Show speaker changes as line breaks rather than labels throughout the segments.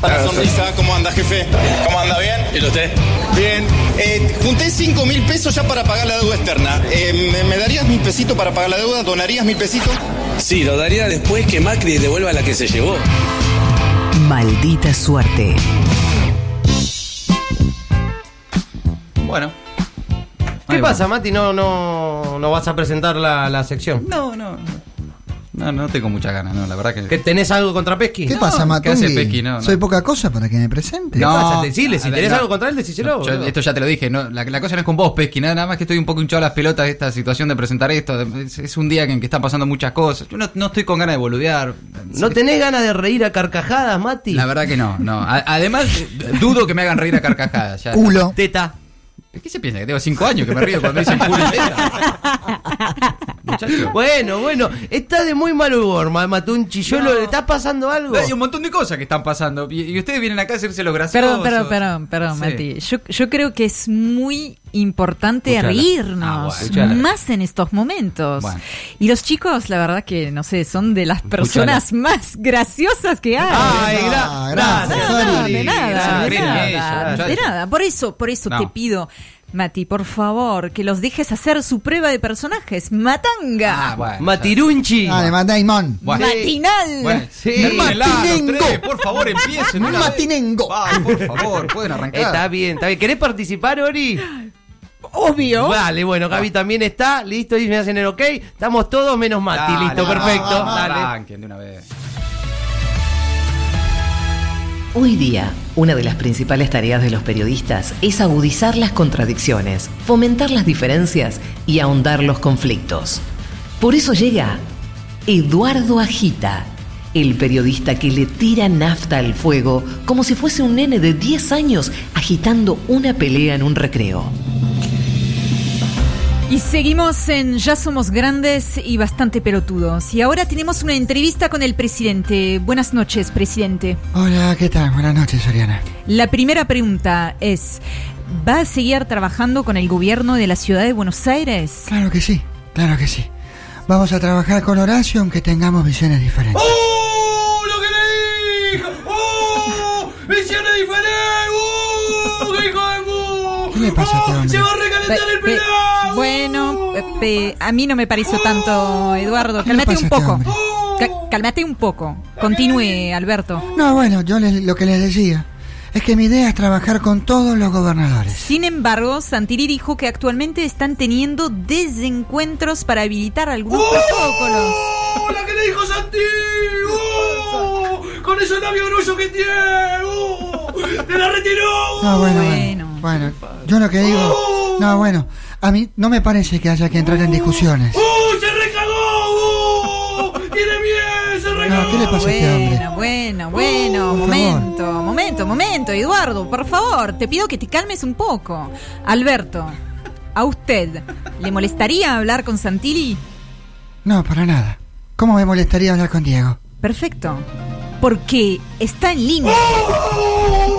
Para sonrisa, ¿cómo anda, jefe?
¿Cómo anda bien?
¿Y usted? Bien. Eh, junté 5 mil pesos ya para pagar la deuda externa. Eh, ¿me, me darías mil pesito para pagar la deuda? ¿Donarías mil pesito?
Sí, lo daría después que Macri devuelva la que se llevó.
Maldita suerte.
Bueno.
¿Qué
Ahí va.
pasa, Mati? No, no, no vas a presentar la, la sección.
No, no. No, no tengo mucha ganas, no, la verdad que.
¿Que tenés algo contra Pesky?
¿Qué pasa,
¿qué hace
Matungi?
Pequi? No, no.
Soy poca cosa para que me presente.
No.
pasa? Decile, si
a ver,
tenés
no.
algo contra él, decíselo.
Yo-
boludo.
esto ya te lo dije, no, la, la cosa no es con vos, Pesky, nada, nada más que estoy un poco hinchado a las pelotas de esta situación de presentar esto. de- Es, es un día en que están pasando muchas cosas. Yo no, no estoy con ganas de boludear.
¿No tenés ganas de reír a carcajadas, Mati?
La verdad que no, no. A- además, eh, dudo que me hagan reír a carcajadas. ya.
Culo.
Teta.
¿Qué se piensa? Que tengo cinco años que me río cuando dicen culo y teta. Muchacho.
Bueno, bueno, está de muy mal humor, Ma- Matunchi. Yo lo, ¿Está pasando algo?
Hay un montón de cosas que están pasando. Y, y ustedes vienen acá a hacerse los graciosos.
Perdón, perdón, perdón, perdón,
Sí.
Mati. Yo, yo creo que es muy importante
Escuchala. Ah, bueno.
reírnos,
Escuchala.
más en estos momentos.
Bueno.
Y los chicos, la verdad que, no sé, son de las personas más graciosas que hay.
Ah,
Ay,
No,
gra-
gracias,
gracias.
No, no,
Ari.
de nada,
Ari, Ari,
de nada,
Ari, Ari.
de nada. Por eso, por eso
No.
te pido, Mati, por favor, que los dejes hacer su prueba de personajes. Matanga,
Ah, bueno.
Matirunchi.
Dale, manda Imón.
Bueno.
matinal.
Bueno,
Sí.
termínenla,
Matinengo.
los tres, por favor, empiecen. una vez.
Matinengo.
Ay, por favor, pueden arrancar.
Está bien, está bien. ¿Querés participar, Ori?
Obvio.
Vale, bueno,
Ah.
Gaby también está. Listo, y me hacen el ok. Estamos todos menos Mati.
Dale,
Listo,
vamos,
perfecto.
vamos,
Dale.
Arranquen de una vez.
Hoy día, una de las principales tareas de los periodistas es agudizar las contradicciones, fomentar las diferencias y ahondar los conflictos. Por eso llega Eduardo Agita, el periodista que le tira nafta al fuego como si fuese un nene de 10 años agitando una pelea en un recreo.
Y seguimos en Ya somos grandes y bastante pelotudos. Y ahora tenemos una entrevista con el presidente. Buenas noches, presidente.
Hola, ¿qué tal? Buenas noches, Oriana.
La primera pregunta es, ¿va a seguir trabajando con el gobierno de la ciudad de Buenos Aires?
Claro que sí, claro que sí. Vamos a trabajar con Horacio aunque tengamos visiones diferentes.
Oh.
¡Uh! ¡Lo que le dijo! ¡Uh! ¡Misiones diferentes! ¡Uh! ¡Qué hijo de mu!
¿Qué le pasa a este hombre?
¡Se va a recalentar
Pe-
el
pe-
pelado!
bueno, pe- a mí no me pareció tanto, Eduardo.
¡Uh! ¿Qué le
Cálmate
pasa
un
a este
poco.
hombre?
Ca- Cálmate un poco. Continúe, Alberto.
No, bueno, yo les- lo que les decía es que mi idea es trabajar con todos los gobernadores.
Sin embargo, Santilli dijo que actualmente están teniendo desencuentros para habilitar algunos protocolos.
¡Uh! ¡La que le dijo Santi! ¡Uh! ¡Con ese labio grueso que tiene! ¡Uh! ¡Te la retiró!
Oh,
No, bueno,
Bueno.
bueno, bueno, yo lo que digo, no, bueno, a mí no me parece que haya que entrar en discusiones.
¡Uh! ¡Se recagó! ¡Uh! ¡Tiene miedo! ¡Se recagó!
No, ¿qué le
Ah,
pasa a este hombre?
Bueno, bueno, bueno,
por
momento, momento, momento, Eduardo, por favor, te pido que te calmes un poco. Alberto, a usted, ¿le molestaría hablar con Santilli?
No, para nada. ¿Cómo me molestaría hablar con Diego?
Perfecto, porque está en línea.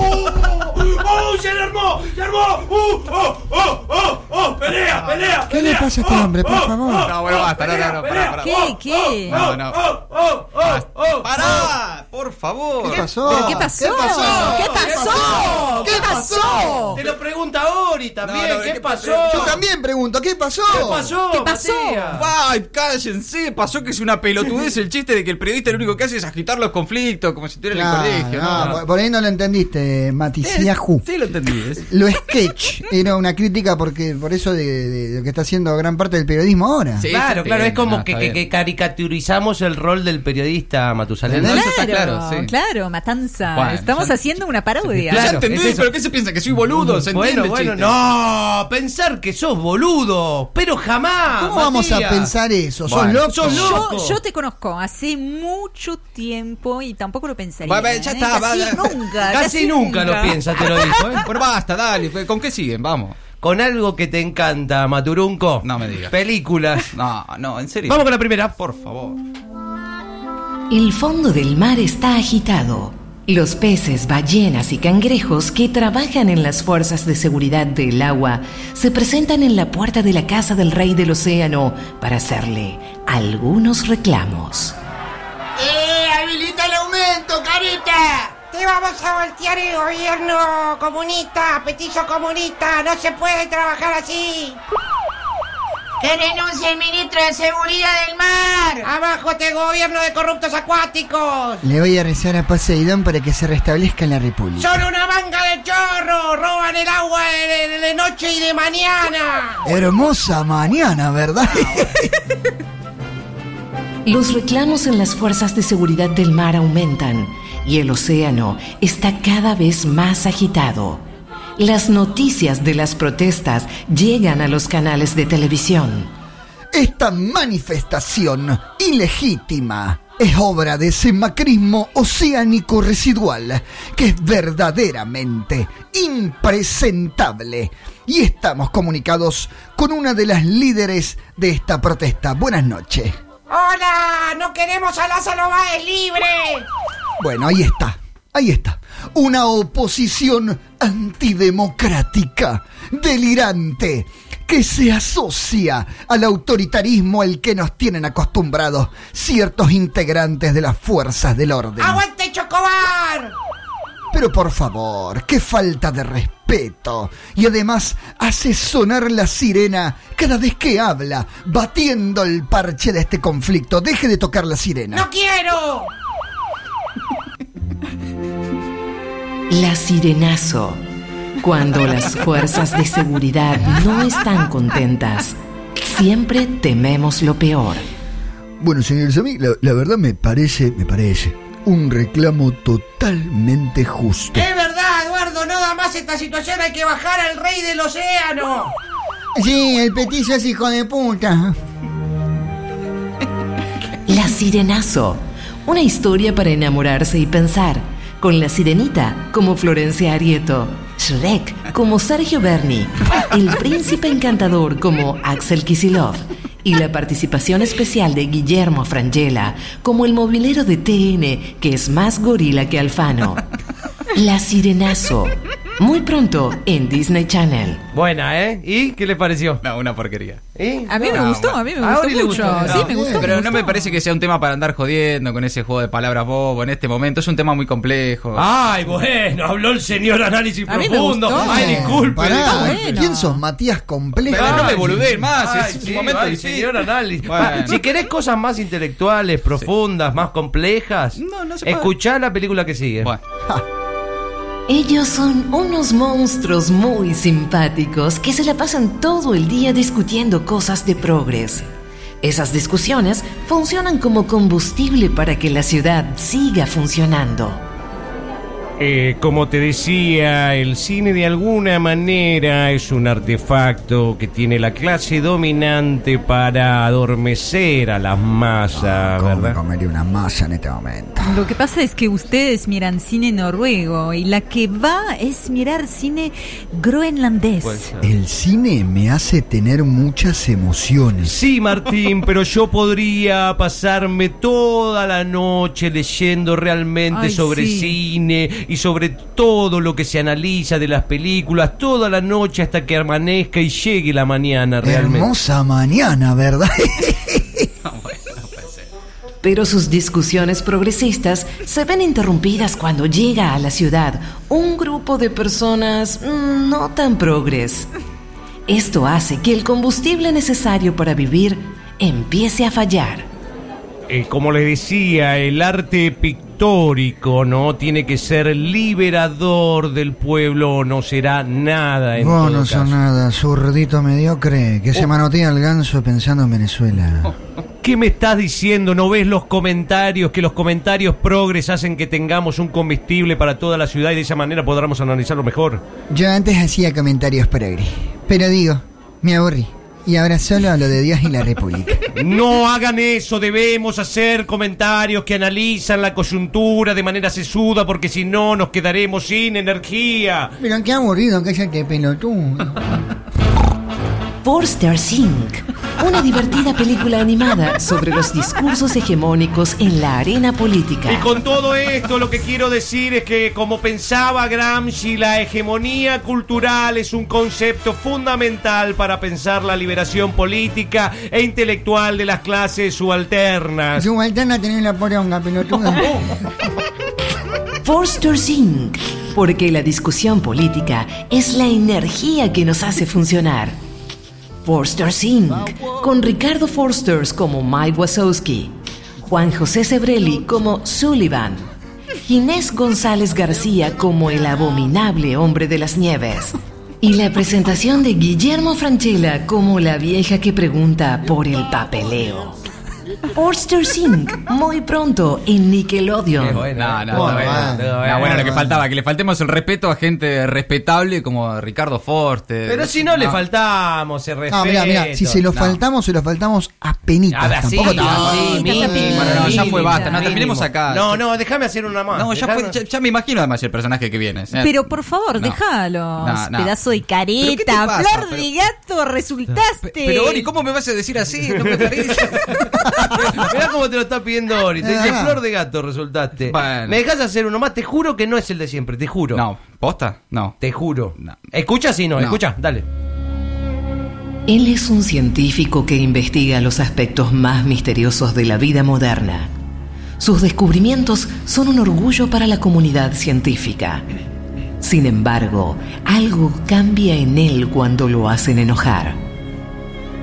¡Oh! ¡Se la armó! ¡Se armó! ¡Uh! ¡Oh! ¡Oh! ¡Oh! ¡Oh! ¡Pelea! ¡Pelea!
¿Qué le
pelea!
pasa a este
¡Oh!
hombre, por
¡Oh!
favor?
¡Oh!
No, bueno,
¡Oh!
basta, no,
¡Pelea!
no, no, pará,
¡Pelea!
pará.
¿Qué? ¿Qué?
No, no.
¡Oh! ¡Oh! ¡Oh! ¡Oh!
¡Pará! Por favor.
oh, ¿Qué pasó?
¿Pero qué pasó? ¿Qué pasó? ¿Qué pasó?
¿Qué pasó? Te lo pregunta Ori también.
No, no,
¿Qué,
¿qué
pasó?
pasó?
¿Qué
también pregunto, ¿qué pasó?
pasó?
¿Qué pasó?
Matías?
¡Ay, cállense! Pasó que es una pelotudez el chiste de que el periodista lo único que hace es agitar los conflictos, como si estuviera
Claro,
en el colegio.
no,
No, no.
por- Por ahí no lo entendiste,
Eh,
Matisiahu.
Sí, lo entendí. es-
Lo sketch era una crítica porque por eso de, de- de lo que está haciendo gran parte del periodismo ahora.
Sí,
Claro,
está
claro,
bien,
es como
no,
que,
está
que-
bien.
que caricaturizamos el rol del periodista Matusalén.
¿Entendés?
Claro,
eso está claro, sí.
claro, Matanza,
Bueno,
estamos
ya-
haciendo una parodia.
Claro,
ya entendí,
es eso.
pero ¿qué se piensa? ¿Que soy boludo? ¿Se entiende
Bueno,
el
bueno,
chiste?
no, pensar que sos boludo, pero jamás.
¿Cómo vamos a
Matías.
pensar eso? ¿Sos
Ah, Bueno,
loco?
sos
Yo,
loco.
yo te conozco hace mucho tiempo y tampoco lo pensaría.
Va, va, ya
¿eh?
está, va,
casi
va.
nunca.
Casi nunca lo piensa, te lo digo. ¿eh?
Pero basta, dale. pues, ¿Con qué siguen? Vamos.
Con algo que te encanta, Maturunco.
No me digas.
Películas.
No, no, en serio.
Vamos con la primera.
por favor.
El fondo del mar está agitado. Los peces, ballenas y cangrejos que trabajan en las fuerzas de seguridad del agua se presentan en la puerta de la casa del rey del océano para hacerle algunos reclamos.
¡Eh! ¡Habilita el aumento, carita! Te vamos a voltear el gobierno comunista, petizo comunista. No se puede trabajar así.
¡Que renuncie el ministro de Seguridad del Mar!
Abajo este gobierno de corruptos acuáticos.
Le voy a rezar a Poseidón para que se restablezca la República.
Son una manga de chorro. Roban el agua de, de- de noche y de mañana.
Hermosa mañana, ¿verdad?
Ah.
Los reclamos en las fuerzas de seguridad del mar aumentan y el océano está cada vez más agitado. Las noticias de las protestas llegan a los canales de televisión.
Esta manifestación ilegítima es obra de ese macrismo oceánico residual que es verdaderamente impresentable. Y estamos comunicados con una de las líderes de esta protesta. Buenas noches.
Hola, no queremos a Lázaro Báez libre.
Bueno, ahí está, ahí está. Una oposición antidemocrática, delirante, que se asocia al autoritarismo al que nos tienen acostumbrados ciertos integrantes de las fuerzas del orden.
Aguante Chocobar.
Pero por favor, qué falta de respeto. Y además hace sonar la sirena cada vez que habla, batiendo el parche de este conflicto. Deje de tocar la sirena.
No quiero.
La sirenazo. Cuando las fuerzas de seguridad no están contentas, siempre tememos lo peor.
Bueno, señores, a mí la, la verdad me parece, me parece, un reclamo totalmente justo.
Es verdad, Eduardo, no da más esta situación. Hay que bajar al rey del océano.
Sí, el petizo es hijo de puta.
La sirenazo. Una historia para enamorarse y pensar. Con la sirenita como Florencia Arieto. Shrek como Sergio Berni. El príncipe encantador como Axel Kisilov. Y la participación especial de Guillermo Frangela como el mobilero de TN, que es más gorila que Alfano. La sirenazo. Muy pronto en Disney Channel.
Buena, ¿eh? ¿Y qué les pareció?
No, una porquería.
¿Y
A mí me
No,
gustó, a mí me
a
gustó
Ori le
mucho.
gustó.
sí,
No,
me gustó.
bien.
Pero no me
gustó.
parece que sea un tema para andar jodiendo con ese juego de palabras bobo en este momento. Es un tema muy complejo.
Ah,
Ay, bueno, habló el señor análisis
A mí me
profundo.
gustó.
Ay, disculpe.
Eh, Pará,
disculpe. Bueno.
¿quién sos, Matías Complejo?
Pero no me
Ay,
volver más,
ay,
es un
sí,
momento
ay,
difícil.
señor análisis.
Bueno.
Ah, Si querés cosas más intelectuales, profundas, más complejas,
No, no se puede.
escuchá la película que sigue.
Bueno.
Ellos son unos monstruos muy simpáticos que se la pasan todo el día discutiendo cosas de progres. Esas discusiones funcionan como combustible para que la ciudad siga funcionando.
Eh, como te decía, el cine de alguna manera es un artefacto que tiene la clase dominante para adormecer a las
Ah,
masas,
¿Cómo me
¿verdad?
comería una masa en este momento?
Lo que pasa es que ustedes miran cine noruego y la que va es mirar cine groenlandés.
Pues,
El cine me hace tener muchas emociones.
Sí, Martín, pero yo podría pasarme toda la noche leyendo realmente
Ay,
sobre
sí.
cine y sobre todo lo que se analiza de las películas, toda la noche hasta que amanezca y llegue la mañana realmente.
Hermosa mañana, ¿verdad?
Pero sus discusiones progresistas se ven interrumpidas cuando llega a la ciudad un grupo de personas mm, no tan progres. Esto hace que el combustible necesario para vivir empiece a fallar.
Eh, como les decía, el arte pictórico, ¿no? Tiene que ser liberador del pueblo, no será nada en
Vos
todo
no sos
caso. Uh.
nada, zurdito mediocre, que se manotea el ganso pensando en Venezuela.
Oh. ¿Qué me estás diciendo? ¿No ves los comentarios? Que los comentarios progres hacen que tengamos un combustible para toda la ciudad y de esa manera podremos analizarlo mejor.
Yo antes hacía comentarios progres, pero digo, me aburrí. Y ahora solo lo de Dios y la República.
No hagan eso, debemos hacer comentarios que analizan la coyuntura de manera sesuda porque si no nos quedaremos sin energía.
Pero qué aburrido, cállate pelotudo.
Forster Sink, una divertida película animada sobre los discursos hegemónicos en la arena política.
Y con todo esto lo que quiero decir es que como pensaba Gramsci, la hegemonía cultural es un concepto fundamental para pensar la liberación política e intelectual de las clases subalternas.
Subalterna tenés la poronga, pelotudo.
Forsters Inc. Porque la discusión política es la energía que nos hace funcionar. Forsters Inc. Con Ricardo Forsters como Mike Wazowski, Juan José Sebrelli como Sullivan, Ginés González García como el abominable hombre de las nieves. Y la presentación de Guillermo Franchella como la vieja que pregunta por el papeleo. Forsters Inc. Muy pronto en Nickelodeon.
No, no, no,
Bueno,
bueno,
bueno,
no, bueno,
bueno,
bueno, lo que
bueno.
faltaba, que le faltemos el respeto a gente respetable como Ricardo Forte.
Pero si no, le faltamos el respeto.
No, mira, mira, si se lo faltamos, se lo faltamos a penitas.
A ver, sí,
Tampoco
ah,
tanto.
sí,
mínimo,
Bueno, no, ya fue
mínimo,
basta, no,
mínimo.
terminemos acá.
No, no, déjame hacer una más.
No, ya, fue-
Déjame-
ya- ya me imagino además el personaje que viene. ¿eh?
Pero por favor,
No.
déjalos.
No, no.
Pedazo de
¿Pero qué te
careta,
pasa?
flor
Pero-
de gato, resultaste.
Pero Ori, ¿cómo me vas a decir así? No me parece.
Mirá cómo te lo está pidiendo Ori. Te
Es
dice
verdad.
flor de gato, resultaste.
Bueno.
Me dejas hacer uno más, te juro que no es el de siempre, te juro.
No, ¿posta? No.
Te juro.
No.
Escucha, sí, no,
No.
escucha, dale.
Él es un científico que investiga los aspectos más misteriosos de la vida moderna. Sus descubrimientos son un orgullo para la comunidad científica. Sin embargo, algo cambia en él cuando lo hacen enojar.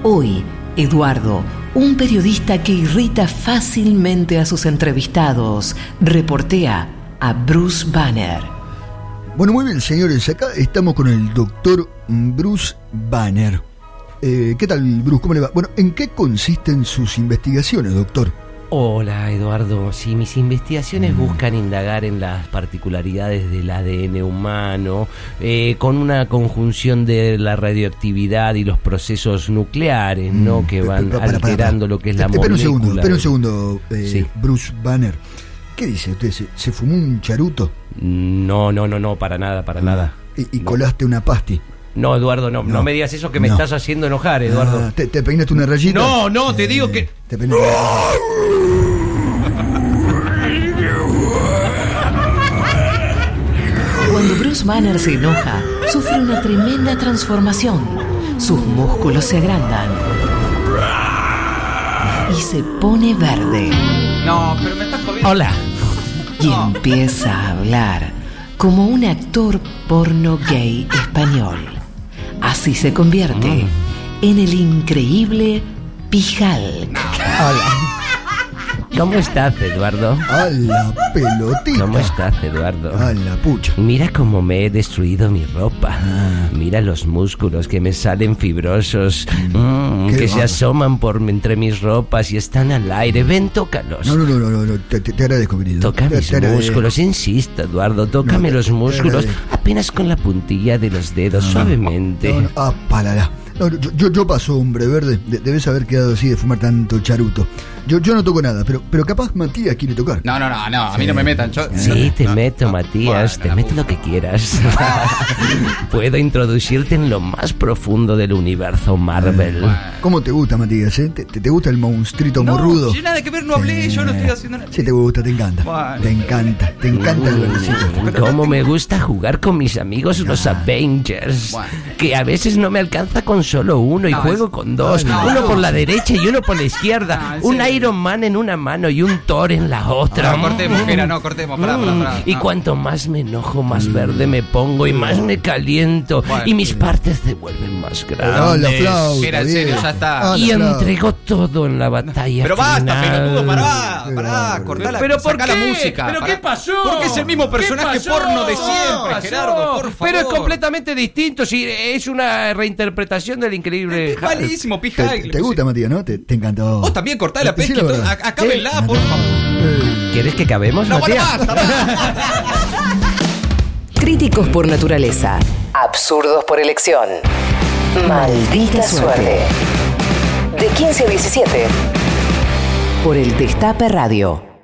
Hoy, Eduardo, un periodista que irrita fácilmente a sus entrevistados, reportea a Bruce Banner.
Bueno, muy bien, señores. Acá estamos con el doctor Bruce Banner. Eh, ¿Qué tal, Bruce? ¿Cómo le va? Bueno, ¿en qué consisten sus investigaciones, doctor?
Hola Eduardo, si mis investigaciones
Mm.
buscan indagar en las particularidades del ADN humano, eh, con una conjunción de la radioactividad y los procesos nucleares, ¿no? Que
Mm. Pe-
van
pe- para, para, para.
alterando lo que es la
Eh, Espera un segundo,
molécula.
espera un segundo, eh,
Sí.
Bruce Banner. ¿Qué dice usted? ¿Se, se fumó un charuto
No, no, no, no, para nada, para nada.
y, y colaste una pasti?
No, Eduardo, no, no,
No.
me digas eso que me
No.
estás haciendo enojar,
Ah,
Eduardo.
¿te, te peinaste una rayita?
No, no, te digo que-
Te peinaste una rayita.
Cuando Bruce Banner se enoja, sufre una tremenda transformación. Sus músculos se agrandan y se pone verde
No, pero me estás jodiendo.
Hola.
y empieza a hablar como un actor porno gay español. Así se convierte en el increíble Pijal.
A
¿Cómo estás, Eduardo?
la, a la pelotita.
¿Cómo estás, Eduardo?
A la pucha.
Mira cómo me he destruido mi ropa.
Ah.
Mira los músculos que me salen fibrosos, mm,
Qué
que se
bárbaro.
asoman por entre mis ropas y están al aire. Ven, tócalos.
No, no, no, no, no, no, Te, te- te agradezco, querido.
Toca
Te-
mis
te agradezco.
músculos, insisto, Eduardo, tócame
No, te-
los
te
músculos
agradezco.
apenas con la puntilla de los dedos, suavemente.
No, no, ah, palala. No, no, yo- yo, yo paso, hombre verde. De- debes haber quedado así de fumar tanto charuto. Yo, yo no toco nada, pero, pero capaz Matías quiere tocar.
No, no, no, no, a mí no me metan. Yo,
Sí,
no,
te
no,
meto,
no.
Matías,
Bueno,
te
la
meto
puta.
lo que quieras. Puedo introducirte en lo más profundo del universo Marvel.
¿Cómo te gusta, Matías? eh? ¿Te, te- te gusta el monstruito
No,
morrudo? Eh,
yo nada que ver, no hablé, yo no estoy haciendo nada.
Sí, te gusta, te encanta.
Bueno.
Te encanta, te encanta el verdecito.
Cómo Uh, me gusta jugar con mis amigos los Avengers,
Bueno.
que a veces no me alcanza con solo uno y
No,
juego
es-
con dos,
no,
uno
no.
por la derecha y uno por la izquierda,
No, en
un
serio.
Iron Man en una mano y un Thor en la otra. Mm.
No, cortemos, Jera, no, cortemos, pará, pará, pará,
Y
no.
cuanto más me enojo, más verde me pongo y más me caliento
Bueno.
y mis partes se vuelven más
Ah, la
grandes.
flauta.
Era en serio,
bien.
ya está.
Ah,
y
la flauta.
entrego todo en la batalla.
Pero basta,
final.
pelotudo, Ah, pará,
Qué
pará,
bárbaro.
cortá la,
¿Pero por
sacá
qué?
la música.
¿Pero
pará.
qué pasó?
Porque es el mismo personaje
¿Qué pasó?
porno de
¿Qué
siempre,
pasó?
Gerardo, por favor.
Pero es completamente distinto, si es una reinterpretación del increíble
Es
Hulk.
malísimo, pija.
Te, te- te gusta, Matías, ¿no? Te, te encantó.
Vos también cortá la
Decí
pesca,
verdad.
entonces, ac- acábenla, por favor.
Eh,
¿Quieres que acabemos,
No, bueno,
Matías?
basta, basta.
Críticos por naturaleza. Absurdos por elección. Maldita suerte. De 15 a 17. Por el Destape Radio.